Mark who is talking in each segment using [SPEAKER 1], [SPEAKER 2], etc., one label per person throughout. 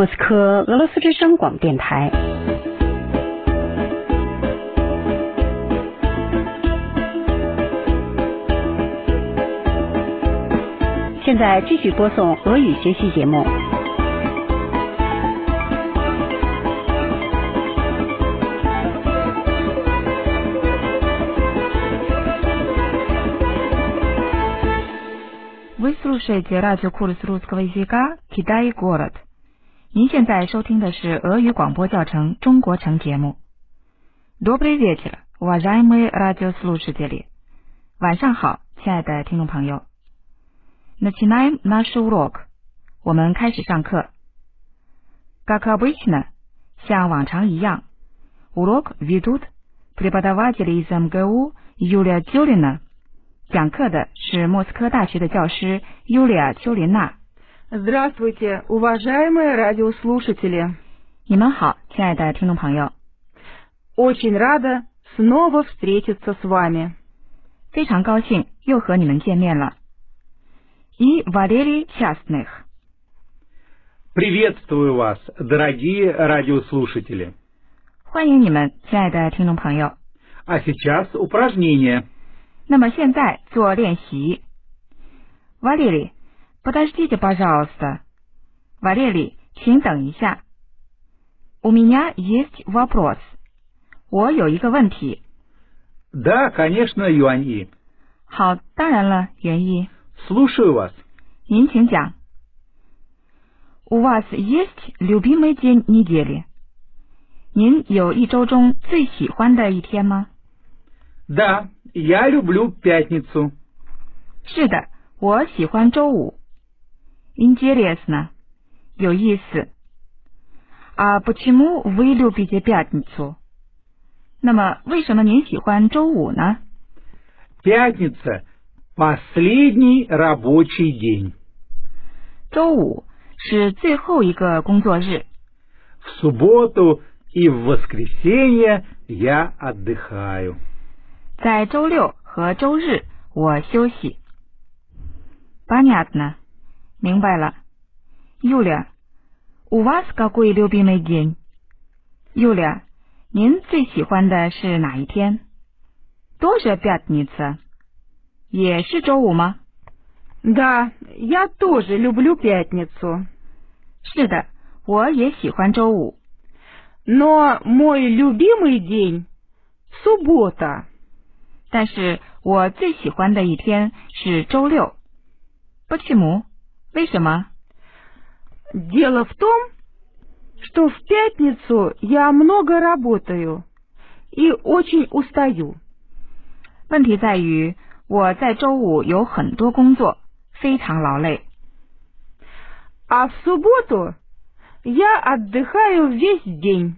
[SPEAKER 1] 莫斯科，俄罗斯之声广播电台。现在继续播送俄语学习节目。
[SPEAKER 2] Вы слушаете радиокурс русского языка «Китай город». 您现在收听的是俄语广播教程《中国城》节目。Добрый вечер, уважаемые радиослушатели。晚上好，亲爱的听众朋友。Начинаем наш урок。我们开始上课。Как обычно，像往常一样，урок ведут преподаватели из МГУ Юлия Тюлина。讲课的是莫斯科大学的教师尤利亚·丘林娜。
[SPEAKER 3] Здравствуйте, уважаемые радиослушатели.
[SPEAKER 2] 你们好，亲爱的听众朋友，
[SPEAKER 3] Очень рада снова встретиться с вами.
[SPEAKER 2] 非常高兴又和你们见面了。И Валерий Частных，
[SPEAKER 4] Приветствую вас, дорогие радиослушатели.
[SPEAKER 2] 欢迎你们，亲爱的听众朋友。
[SPEAKER 4] А сейчас упражнение.
[SPEAKER 2] 那么现在做练习。Валерий, подождите, пожалуйста. Валерий，请等一下。У меня есть вопрос. 我有一个问题。
[SPEAKER 4] Да, конечно, Юань И.
[SPEAKER 2] 好，当然了，袁一，
[SPEAKER 4] Слушаю вас.
[SPEAKER 2] 您请讲。У вас есть любимый день недели? 您有一周中最喜欢的一天吗？
[SPEAKER 4] Да, я люблю пятницу.
[SPEAKER 2] 是的，我喜欢周五。Интересно，有意思。А почему вы любите пятницу？那么，为什么您喜欢周五呢？
[SPEAKER 4] Пятница – последний рабочий день.
[SPEAKER 2] 周五是最后一个工作日，
[SPEAKER 4] В субботу и в воскресенье я отдыхаю.
[SPEAKER 2] 在周六和周日我休息。Понятно，明白了。Юля, у вас какой любимый день? Юля，您最喜欢的是哪一天？Тоже пятница，也是周五吗？
[SPEAKER 3] Да, я тоже люблю пятницу.
[SPEAKER 2] 是的，我也喜欢周五。
[SPEAKER 3] Но мой любимый день — суббота.
[SPEAKER 2] 但是我最喜欢的一天是周六。不去姆，为什么？
[SPEAKER 3] Дело в том, что в пятницу я много работаю и очень устаю.
[SPEAKER 2] 问题在于我在周五有很多工作，非常劳累。
[SPEAKER 3] А в субботу я отдыхаю весь день.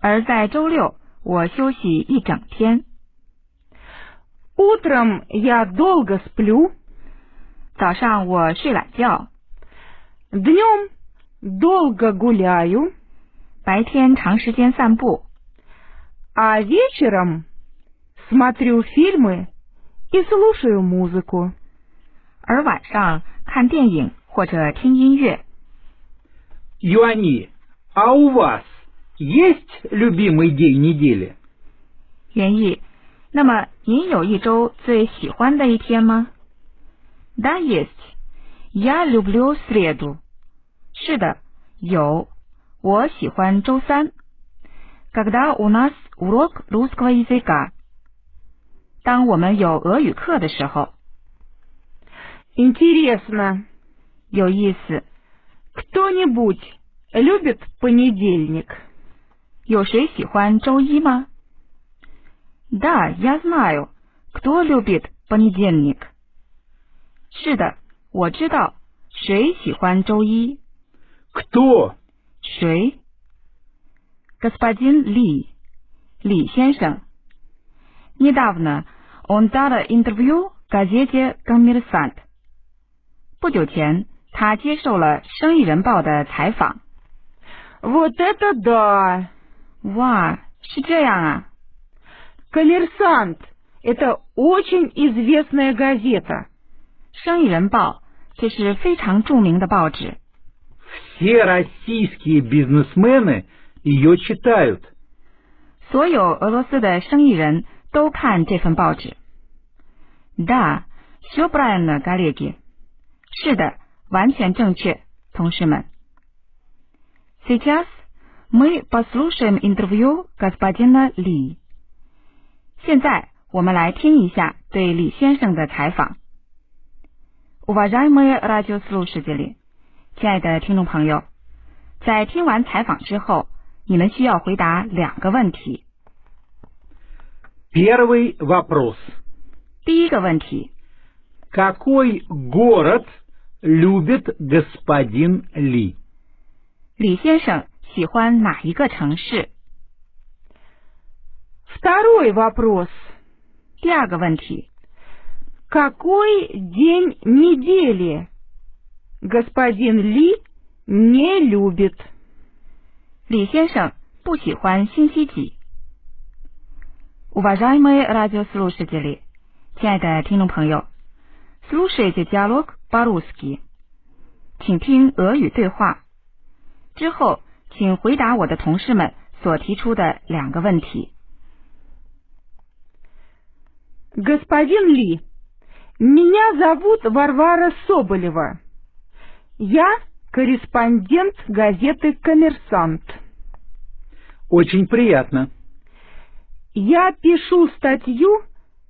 [SPEAKER 2] 而在周六，我休息一整天。
[SPEAKER 3] Утром я долго сплю,
[SPEAKER 2] 早上我睡懒觉，
[SPEAKER 3] днем долго гуляю,
[SPEAKER 2] 白天长时间散步，
[SPEAKER 3] а вечером смотрю фильмы и слушаю музыку.
[SPEAKER 2] 而晚上看电影或者听音乐。
[SPEAKER 4] Юань И, а у вас есть любимый день недели?
[SPEAKER 2] 原意。那么您有一周最喜欢的一天吗？Да есть. Я люблю среду. 是的，有，我喜欢周三。Когда у нас урок русского языка? 当我们有俄语课的时候，
[SPEAKER 3] Интересно,
[SPEAKER 2] 有意思。
[SPEAKER 3] кто-нибудь любит понедельник?
[SPEAKER 2] 有谁喜欢周一吗？Да, я знаю, кто любит понедельник. 是的，我知道谁喜欢周一。
[SPEAKER 4] Кто?
[SPEAKER 2] 谁？Господин Ли，李先生。Недавно он дал интервью газете «Коммерсант». 不久前，他接受了《生意人报》的采访。
[SPEAKER 3] Вот это да!
[SPEAKER 2] 哇，是这样啊！
[SPEAKER 3] Коммерсант — это очень известная
[SPEAKER 2] 《
[SPEAKER 3] газета.
[SPEAKER 2] 生意人报》这是非常著名的报纸。
[SPEAKER 4] В Все российские бизнесмены ее читают.
[SPEAKER 2] 所有俄罗斯的生意人都看这份报纸。Да, все правильно, коллеги. 是的，完全正确，同事们。Сейчас мы послушаем интервью господина Ли. 现在我们来听一下对李先生的采访。Уважаемые радиослушатели，亲爱的听众朋友，在听完采访之后，你们需要回答两个问题。
[SPEAKER 4] Первый вопрос.
[SPEAKER 2] 第一个问题，
[SPEAKER 4] Какой город любит господин Ли?
[SPEAKER 2] 李先生喜欢哪一个城市？
[SPEAKER 3] Второй вопрос.
[SPEAKER 2] 第二个问题，
[SPEAKER 3] Какой день недели господин Ли не любит?
[SPEAKER 2] 李先生不喜欢星期几。Уважаемые радиослушатели，亲爱的听众朋友，слушайте диалог по-русски，请听俄语对话。之后，请回答我的同事们所提出的两个问题。
[SPEAKER 3] Господин Ли, меня зовут Варвара Соболева. Я корреспондент газеты «Коммерсант».
[SPEAKER 4] Очень приятно.
[SPEAKER 3] Я пишу статью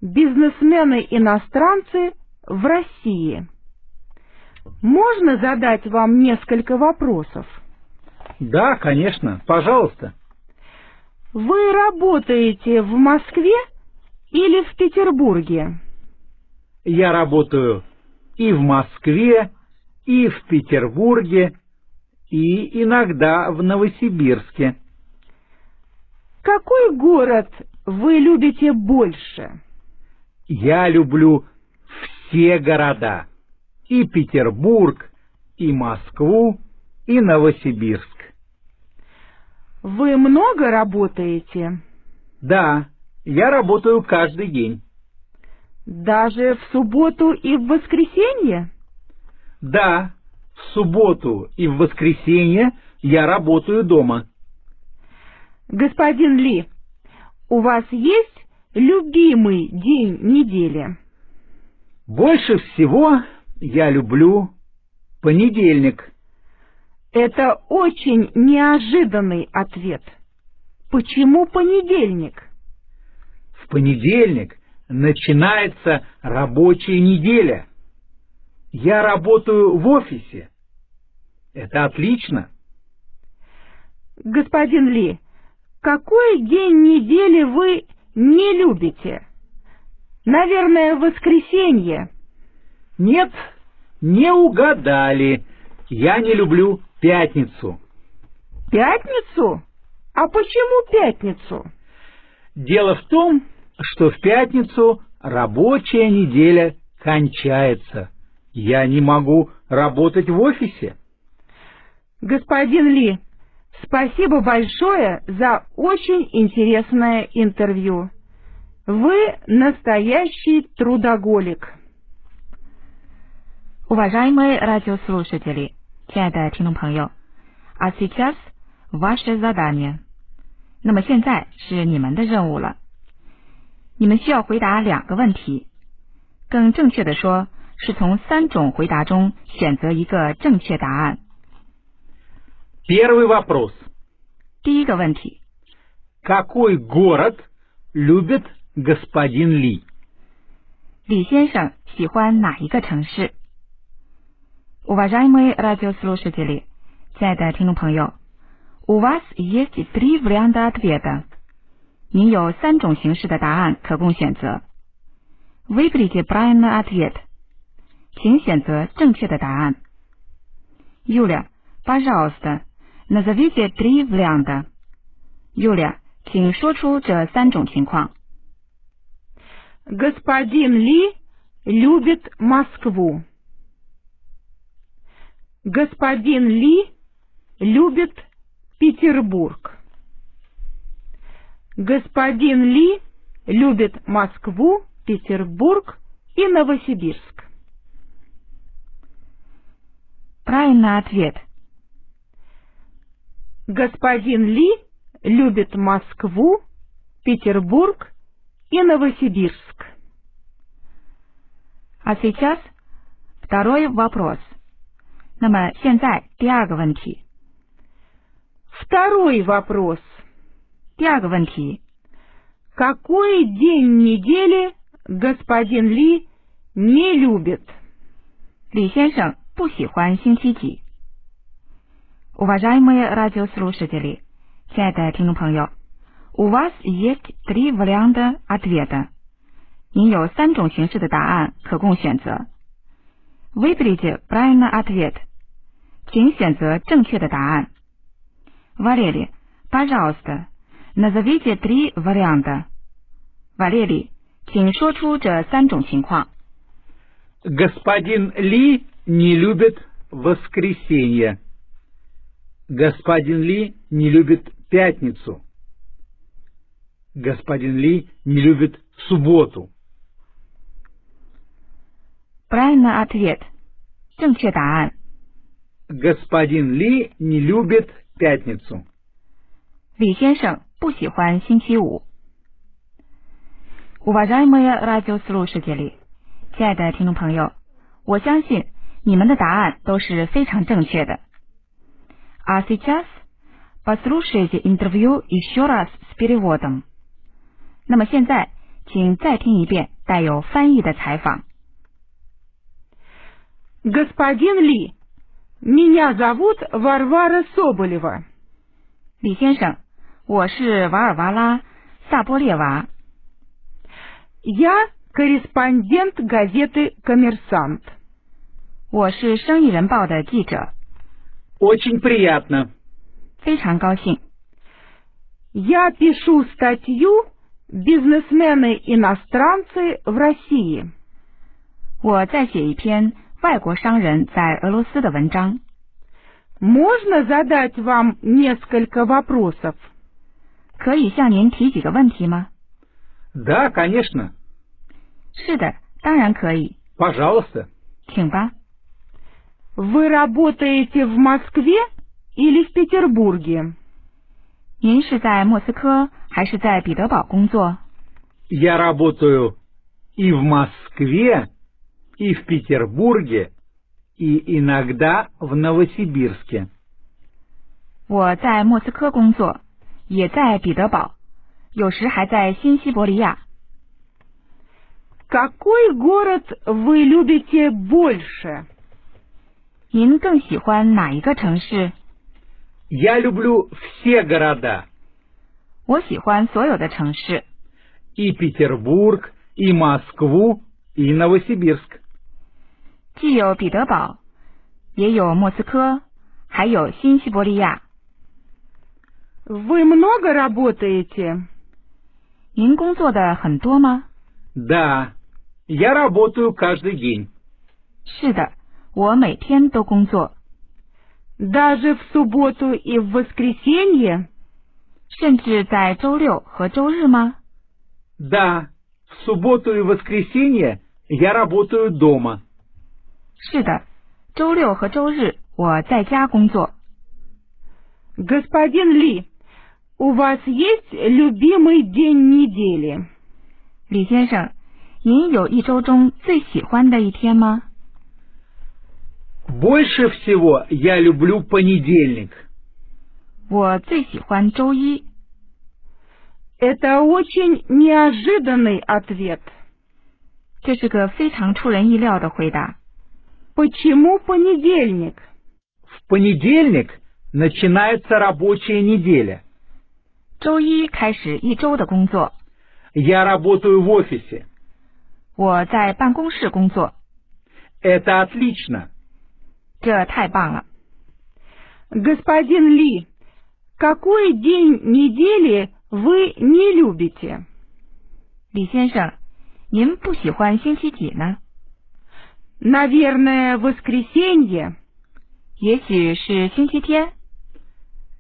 [SPEAKER 3] «Бизнесмены-иностранцы в России». Можно задать вам несколько вопросов?
[SPEAKER 4] Да, конечно, пожалуйста.
[SPEAKER 3] Вы работаете в Москве или в Петербурге?
[SPEAKER 4] Я работаю и в Москве, и в Петербурге, и иногда в Новосибирске.
[SPEAKER 3] Какой город вы любите больше?
[SPEAKER 4] Я люблю все города. И Петербург, и Москву, и Новосибирск.
[SPEAKER 3] Вы много работаете?
[SPEAKER 4] Да, я работаю каждый день.
[SPEAKER 3] Даже в субботу и в воскресенье?
[SPEAKER 4] Да, в субботу и в воскресенье я работаю дома.
[SPEAKER 3] Господин Ли, у вас есть любимый день недели?
[SPEAKER 4] Больше всего я люблю понедельник.
[SPEAKER 3] Это очень неожиданный ответ. Почему понедельник?
[SPEAKER 4] В понедельник начинается рабочая неделя. Я работаю в офисе. Это отлично.
[SPEAKER 3] Господин Ли, какой день недели вы не любите? Наверное, воскресенье.
[SPEAKER 4] Нет, не угадали. Я не люблю пятницу.
[SPEAKER 3] Пятницу? А почему пятницу?
[SPEAKER 4] Дело в том, что в пятницу рабочая неделя кончается. Я не могу работать в офисе.
[SPEAKER 3] Господин Ли, спасибо большое за очень интересное интервью. Вы настоящий трудоголик.
[SPEAKER 2] Уважаемые радиослушатели，亲爱的听众朋友а сейчас ваше задание。那么现在是你们的任务了，你们需要回答两个问题，更正确的说，是从三种回答中选择一个正确答案。
[SPEAKER 4] Первый вопрос.
[SPEAKER 2] 第一个问题，
[SPEAKER 4] Какой город любит господин Ли?
[SPEAKER 2] 李先生喜欢哪一个城市？Уважаемые радиослушатели，亲爱的听众朋友，У вас есть три варианта ответа。您有三种形式的答案可供选择。Выберите правильный ответ，请选择正确的答案。Юля, пожалуйста, назовите три варианта。Юля，请说出这三种情况。
[SPEAKER 3] Господин Ли любит Москву. Господин Ли любит Петербург. Господин Ли любит Москву, Петербург и Новосибирск.
[SPEAKER 2] Правильный ответ.
[SPEAKER 3] Господин Ли любит Москву, Петербург и Новосибирск.
[SPEAKER 2] А сейчас второй вопрос. 那么现在第二个问题，
[SPEAKER 3] Второй вопрос.
[SPEAKER 2] 第二个问题，
[SPEAKER 3] Какой день недели господин Ли не любит?
[SPEAKER 2] 李先生不喜欢星期几？Уважаемые радиослушатели，亲爱的听众朋友，У вас есть три варианта ответа。您有三种形式的答案可供选择。Выберите правильный ответ，请选择正确的答案。Валерий, пожалуйста, назовите три варианта。Валерий，请说出这三种情况。
[SPEAKER 4] Господин Ли не любит воскресенье. Господин Ли не любит пятницу. Господин Ли не любит субботу.
[SPEAKER 2] Правильный ответ，正确答案。
[SPEAKER 4] Господин Ли не любит пятницу.
[SPEAKER 2] 李先生不喜欢星期五。Уважаемые радиослушатели，亲爱的听众朋友，我相信你们的答案都是非常正确的。А сейчас послушайте интервью еще раз с переводом。那么现在，请再听一遍带有翻译的采访。
[SPEAKER 3] Господин Ли, меня зовут Варвара Соболева.
[SPEAKER 2] 李先生，我是瓦尔瓦拉·萨波列娃，
[SPEAKER 3] Я корреспондент газеты «Коммерсант».
[SPEAKER 2] 我是《生意人报》的记者，
[SPEAKER 4] Очень приятно.
[SPEAKER 2] 非常高兴。
[SPEAKER 3] Я пишу статью «Бизнесмены-иностранцы в России».
[SPEAKER 2] 我再写一篇外国商人在俄罗斯的文章。
[SPEAKER 3] Можно задать вам несколько вопросов?
[SPEAKER 2] 可以向您提几个问题吗？
[SPEAKER 4] Да, конечно.
[SPEAKER 2] 是的，当然可以，
[SPEAKER 4] Пожалуйста.
[SPEAKER 2] 请吧。
[SPEAKER 3] Вы работаете в Москве или в Петербурге?
[SPEAKER 2] 您是在莫斯科还是在彼得堡工作？
[SPEAKER 4] Я работаю и в Москве, и в Петербурге, и иногда в Новосибирске.
[SPEAKER 2] 我在莫斯科工作，也在彼得堡，有时还在新西伯利亚。
[SPEAKER 3] Какой город вы любите больше?
[SPEAKER 2] 您更喜欢哪一个城市？
[SPEAKER 4] Я люблю все города.
[SPEAKER 2] 我喜欢所有的城市，
[SPEAKER 4] И Петербург, и Москву, и Новосибирск.
[SPEAKER 2] 既有彼得堡，也有莫斯科，还有新西伯利亚。
[SPEAKER 3] Вы много работаете?
[SPEAKER 2] 您工作的很多吗？
[SPEAKER 4] Да, я работаю каждый день.
[SPEAKER 2] 是的，我每天都工作，
[SPEAKER 3] Даже в субботу и в воскресенье?
[SPEAKER 2] 甚至在周六和周日吗？
[SPEAKER 4] Да, в субботу и воскресенье я работаю дома.
[SPEAKER 2] 是的，周六和周日我在家工作。
[SPEAKER 3] Господин Ли, у вас есть любимый день недели?
[SPEAKER 2] 李先生，您有一周中最喜欢的一天吗？
[SPEAKER 4] Больше всего я люблю понедельник.
[SPEAKER 2] 我最喜欢周一，
[SPEAKER 3] Это очень неожиданный ответ.
[SPEAKER 2] 这是个非常出人意料的回答。
[SPEAKER 3] Почему понедельник?
[SPEAKER 4] В понедельник начинается рабочая неделя.
[SPEAKER 2] 周一开始一周的工作，
[SPEAKER 4] Я работаю в офисе.
[SPEAKER 2] 我在办公室工作，
[SPEAKER 4] Это отлично.
[SPEAKER 2] 这太棒了。
[SPEAKER 3] Господин Ли, какой день недели вы не любите?
[SPEAKER 2] 李先生，您不喜欢星期几呢？
[SPEAKER 3] Наверное, воскресенье.
[SPEAKER 2] 也许是星期天？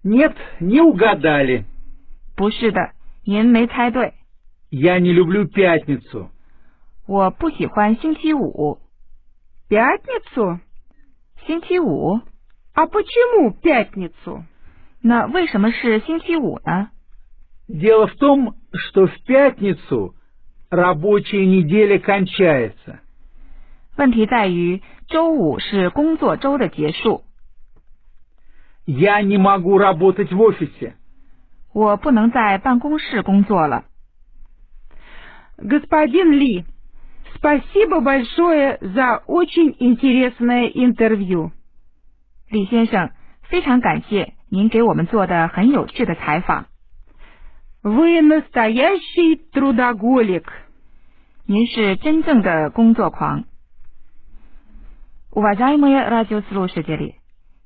[SPEAKER 4] Нет, не угадали.
[SPEAKER 2] 不是的，您没猜对，
[SPEAKER 4] Я не люблю пятницу.
[SPEAKER 2] 我不喜欢星期五。
[SPEAKER 3] Пятницу?
[SPEAKER 2] 星期五，
[SPEAKER 3] А почему пятницу?
[SPEAKER 2] 那为什么是星期五呢？
[SPEAKER 4] Дело в том, что в пятницу рабочая неделя кончается.
[SPEAKER 2] 问题在于周五是工作周的结束，
[SPEAKER 4] Я не могу работать в офисе.
[SPEAKER 2] 我不能在办公室工作了。
[SPEAKER 3] Господин Ли, спасибо большое за очень интересное интервью.
[SPEAKER 2] 李先生，非常感谢您给我们做的很有趣的采访，
[SPEAKER 3] Вы настоящий трудоголик.
[SPEAKER 2] 您是真正的工作狂。Уважаемые радиослушатели，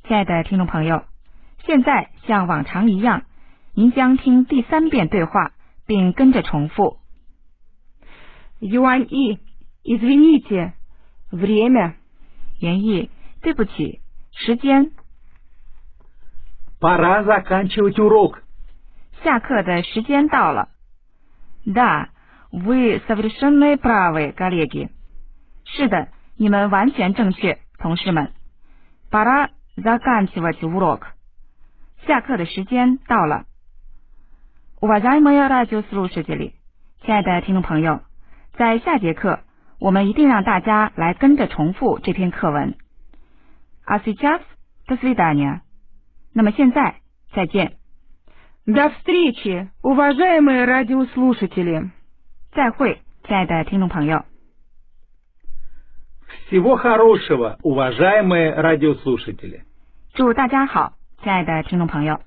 [SPEAKER 2] 亲爱的听众朋友，现在像往常一样，您将听第三遍对话，并跟着重复。
[SPEAKER 3] Юань И, извините, время.
[SPEAKER 2] 原意，对不起，时间，
[SPEAKER 4] Пора заканчивать урок.
[SPEAKER 2] 下课的时间到了。Да, вы совершенно правы, коллеги。是的，你们完全正确，同事们。Пора заканчивать урок。下课的时间到了。Уважаемые радиослушатели，亲爱的听众朋友，在下节课我们一定让大家来跟着重复这篇课文。А сейчас до свидания。那么现在再见，
[SPEAKER 3] До встречи, уважаемые радиослушатели.
[SPEAKER 2] 再会，亲爱的听众朋友。
[SPEAKER 4] Всего хорошего, уважаемые радиослушатели.
[SPEAKER 2] 祝大家好，亲爱的听众朋友。